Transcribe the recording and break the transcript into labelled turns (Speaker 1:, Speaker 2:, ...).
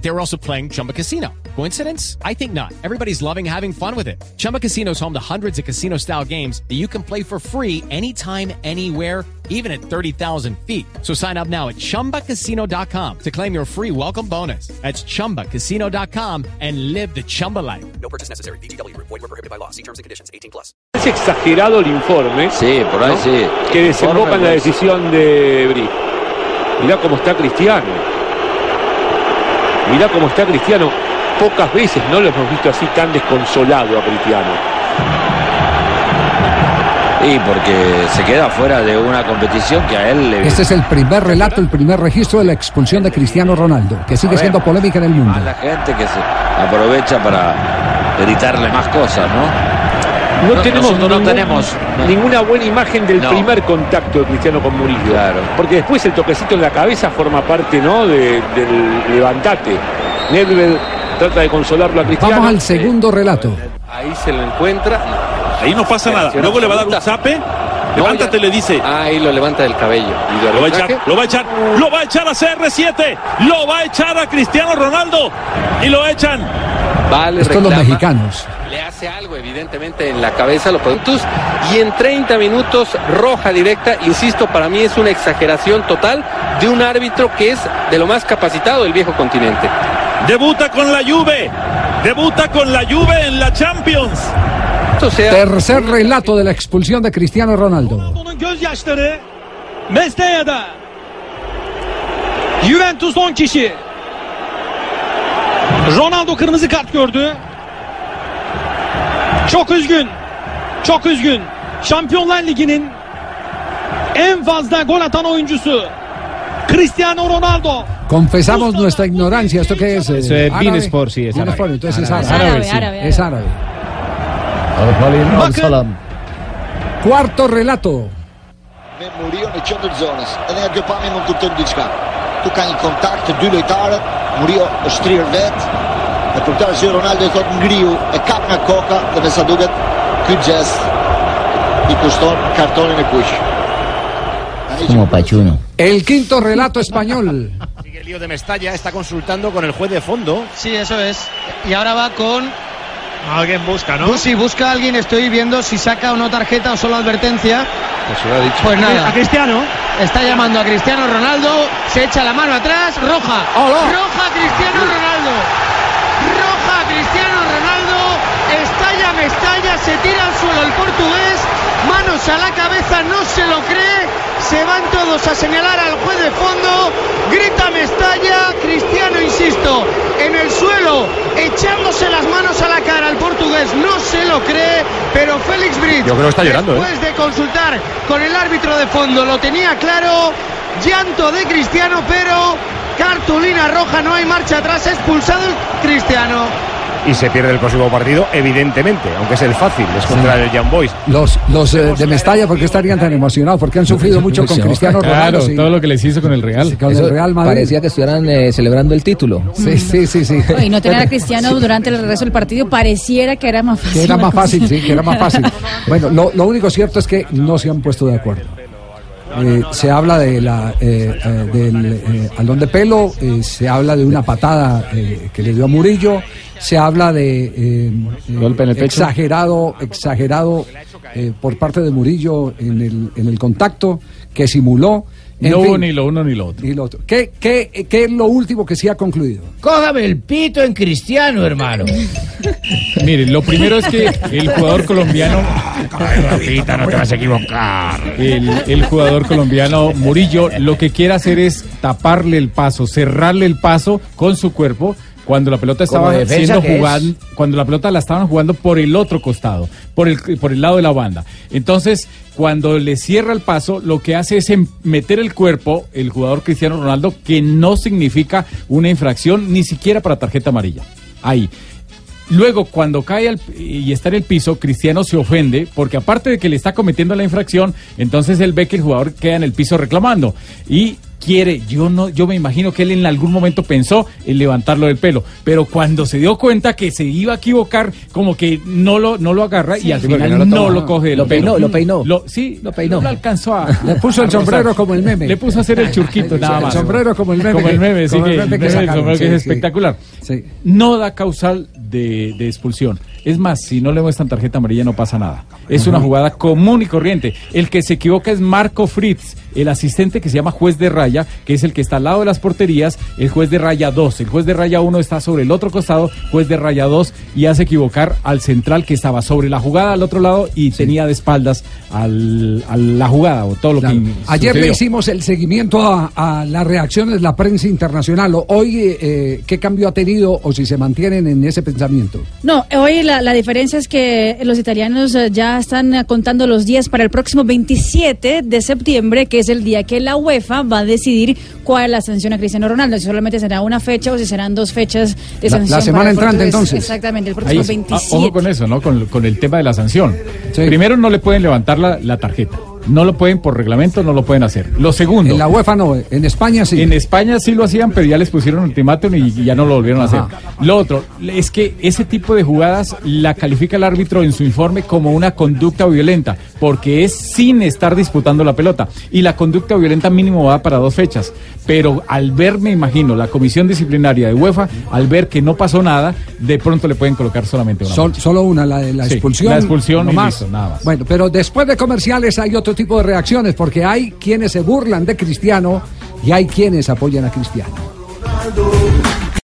Speaker 1: They were also playing Chumba Casino. Coincidence? I think not. Everybody's loving having fun with it. Chumba Casino is home to hundreds of casino style games that you can play for free anytime, anywhere even at 30,000 feet. So sign up now at ChumbaCasino.com to claim your free welcome bonus. That's ChumbaCasino.com and live the Chumba life.
Speaker 2: No purchase necessary. BGW. Void were prohibited by law. See terms and conditions. 18 plus.
Speaker 3: Es exagerado el informe
Speaker 4: Sí, por ahí
Speaker 3: ¿no?
Speaker 4: sí.
Speaker 3: que desemboca en la
Speaker 4: pues.
Speaker 3: decisión de Bri. Mirá cómo está Cristiano. Mirá cómo está Cristiano. Pocas veces no lo hemos visto así tan desconsolado a Cristiano.
Speaker 4: Y porque se queda fuera de una competición que a él le.
Speaker 5: Este es el primer relato, el primer registro de la expulsión de Cristiano Ronaldo, que sigue
Speaker 4: ver.
Speaker 5: siendo polémica en el mundo.
Speaker 4: A la gente que se aprovecha para gritarle más cosas, ¿no?
Speaker 3: No,
Speaker 4: No,
Speaker 3: tenemos,
Speaker 4: nosotros no tenemos, no.
Speaker 3: ninguna buena imagen del
Speaker 4: No.
Speaker 3: primer contacto de Cristiano con Murillo.
Speaker 4: Claro.
Speaker 3: Porque después el toquecito en la cabeza forma parte ¿no? de- del levantate. Nedved trata de consolarlo a Cristiano.
Speaker 5: Vamos al segundo relato.
Speaker 6: Ahí se lo encuentra.
Speaker 7: Ahí no pasa nada. Luego le va a dar un zape. Levántate,
Speaker 6: No, ya-
Speaker 7: le dice.
Speaker 6: Ahí lo levanta del cabello. Y de
Speaker 7: Lo va a echar,
Speaker 6: arbitraje,
Speaker 7: lo va a echar, lo va a echar a CR7. Lo va a echar a Cristiano Ronaldo. Y lo echan.
Speaker 6: va, le
Speaker 5: Estos los
Speaker 6: reclama,
Speaker 5: mexicanos.
Speaker 6: Le hace algo, evidentemente, en la cabeza, los productos. Y en 30 minutos, roja directa. Insisto, para mí es una exageración total de un árbitro que es de lo más capacitado del viejo continente.
Speaker 7: Debuta con la Juve. Debuta con la Juve en la Champions.
Speaker 6: Esto sea.
Speaker 5: Tercer relato de la expulsión de Cristiano Ronaldo.
Speaker 8: Ronaldo'nun gözyaşları Mesteya'da. Juventus 10 kişi. Ronaldo kırmızı kart gördü. Çok üzgün. Çok üzgün. Şampiyonlar Ligi'nin en fazla gol atan oyuncusu Cristiano Ronaldo.
Speaker 5: Confesamos nuestra ignorancia. ¿Esto qué es? eh,
Speaker 9: Eso es
Speaker 5: árabe?
Speaker 9: Beansport, sí, es
Speaker 5: Beansport,
Speaker 9: árabe.
Speaker 5: entonces es
Speaker 9: Árabe,
Speaker 5: árabe.
Speaker 9: árabe, sí.
Speaker 10: árabe,
Speaker 5: Es árabe.
Speaker 8: Bakın
Speaker 5: Cuarto relato.
Speaker 11: Ve Murillo echando il zones e nega Göpami non kulturë diçka. Tu kanë një kontakt të dy lojtarët, Murillo është trirë vet. E kupton se Ronaldo i thot ngriu, e kap nga koka dhe me sa duket ky gest i kushton kartonin e kuq. Como Pachuno.
Speaker 5: El quinto relato español.
Speaker 9: Sigue el lío de Mestalla, está consultando con el juez de fondo.
Speaker 8: Sí, eso es. Y ahora va con.
Speaker 9: Alguien busca, ¿no?
Speaker 8: Si busca a alguien, estoy viendo si saca o no tarjeta o solo advertencia. Pues nada. A Cristiano. Está llamando a Cristiano Ronaldo. Se echa la mano atrás. Roja. Roja a Cristiano Ronaldo. Roja a Cristiano Ronaldo. Estalla Mestalla. Se tira al suelo el portugués. Manos a la cabeza. No se lo cree. Se van todos a señalar al juez de fondo. Grita Mestalla. Cristiano, insisto, en el suelo. Echándose las manos a la cara al portugués. No se lo cree. Pero Félix Bridge.
Speaker 9: Yo creo que está llorando, ¿eh?
Speaker 8: después de consultar con el árbitro de fondo, lo tenía claro, llanto de Cristiano, pero cartulina roja, no hay marcha atrás, expulsado el Cristiano.
Speaker 9: Y se pierde el próximo partido, evidentemente, aunque es el fácil, es contra el Young Boys.
Speaker 5: Los, los eh, de Mestalla, ¿por qué estarían tan emocionados? Porque han sufrido mucho con Cristiano Ronaldo. sí.
Speaker 9: que les hizo con el Real.
Speaker 5: Con el Real Madrid. Parecía que estuvieran celebrando el título. Sí, sí, sí. sí.
Speaker 10: No, y no tener a Cristiano durante el resto del partido pareciera que era más fácil.
Speaker 5: Que era
Speaker 10: la
Speaker 5: más
Speaker 10: cosa.
Speaker 5: fácil, sí, que era más fácil. Bueno, lo, lo único cierto es que no se han puesto de acuerdo. Eh, se habla de la, eh, eh, del eh, alón de pelo, eh, se habla de una patada eh, que le dio a Murillo, se habla de eh, eh,
Speaker 9: Golpe en el pecho.
Speaker 5: exagerado, exagerado eh, por parte de Murillo en el, en el contacto que simuló. En fin,
Speaker 9: lo uno ni lo otro.
Speaker 5: y lo otro. ¿Qué, qué, ¿Qué es lo último que sí ha concluido?
Speaker 9: Cójame el pito en cristiano, hermano. Mire, lo primero es que el jugador colombiano. Papita, Ah, no te vas a equivocar. El, el jugador colombiano Murillo lo que quiere hacer es taparle el paso, cerrarle el paso con su cuerpo. Cuando la pelota estaba siendo jugada, cuando la pelota la estaban jugando por el otro costado, por el, por el lado de la banda. Entonces, cuando le cierra el paso, lo que hace es em- meter el cuerpo, el jugador Cristiano Ronaldo, que no significa una infracción ni siquiera para tarjeta amarilla. Ahí. Luego, cuando cae al- y está en el piso, Cristiano se ofende porque aparte de que le está cometiendo la infracción, entonces él ve que el jugador queda en el piso reclamando. Y quiere. Yo no, yo me imagino que él en algún momento pensó en levantarlo del pelo, pero cuando se dio cuenta que se iba a equivocar, como que no lo, no lo agarra y al
Speaker 5: Sí, porque
Speaker 9: final
Speaker 5: no lo
Speaker 9: no lo,
Speaker 5: toma.
Speaker 9: coge. del
Speaker 5: Lo peinó,
Speaker 9: pelo.
Speaker 5: lo peinó.
Speaker 9: Lo- sí, lo
Speaker 5: peinó.
Speaker 9: No lo alcanzó a.
Speaker 5: Le puso
Speaker 9: a
Speaker 5: el
Speaker 9: rozar.
Speaker 5: sombrero como el meme.
Speaker 9: Le puso a hacer el churquito,
Speaker 5: El
Speaker 9: nada más.
Speaker 5: sombrero como el meme
Speaker 9: Como
Speaker 5: que-
Speaker 9: el meme, sí,
Speaker 5: como el
Speaker 9: que-
Speaker 5: meme que
Speaker 9: el
Speaker 5: sacaron,
Speaker 9: sombrero que
Speaker 5: sí,
Speaker 9: es
Speaker 5: sí.
Speaker 9: espectacular. No da causal de, de expulsión. Es más, si no le muestran tarjeta amarilla no pasa nada. Es una jugada común y corriente. El que se equivoca es Marco Fritz, el asistente que se llama juez de raya, que es el que está al lado de las porterías, el juez de raya 2. El juez de raya 1 está sobre el otro costado, juez de raya 2, y hace equivocar al central que estaba sobre la jugada al otro lado y tenía de espaldas al- a la jugada o todo lo que...
Speaker 5: Ayer le
Speaker 9: sucedió.
Speaker 5: hicimos el seguimiento a, a las reacciones de la prensa internacional. Hoy, eh, eh, ¿qué cambio ha tenido o si se mantienen en ese pensamiento?
Speaker 8: No, hoy la, la diferencia es que los italianos eh, ya están eh, contando los días para el próximo 27 de septiembre, que es el día que la UEFA va a decidir cuál es la sanción a Cristiano Ronaldo. Si solamente será una fecha o si serán dos fechas de
Speaker 9: La- la
Speaker 8: sanción. para
Speaker 9: semana
Speaker 8: el
Speaker 9: entrante,
Speaker 8: portugués.
Speaker 9: entonces.
Speaker 8: Exactamente,
Speaker 9: Ahí,
Speaker 8: el próximo
Speaker 9: ah,
Speaker 8: 27.
Speaker 9: ojo con eso, ¿no? Con, con el tema de la sanción. Primero, no le pueden levantar la, la tarjeta. No lo pueden, por reglamento, no lo pueden hacer. Lo segundo. En la
Speaker 5: UEFA no, eh. en España sí.
Speaker 9: En España sí lo hacían, pero ya les pusieron ultimátum y, y ya no lo volvieron a
Speaker 5: Ajá.
Speaker 9: hacer. Lo otro, es que ese tipo de jugadas la califica el árbitro en su informe como una conducta violenta, porque es sin estar disputando la pelota. Y la conducta violenta mínimo va para dos fechas. Pero al ver, me imagino, la comisión disciplinaria de UEFA, al ver que no pasó nada, de pronto le pueden colocar solamente una.
Speaker 5: Sol- solo una, la de la
Speaker 9: Sí,
Speaker 5: expulsión.
Speaker 9: la expulsión
Speaker 5: no
Speaker 9: y
Speaker 5: más.
Speaker 9: listo, nada más.
Speaker 5: Bueno, pero después de comerciales hay otro tipo de reacciones, porque hay quienes se burlan de Cristiano y hay quienes apoyan a Cristiano.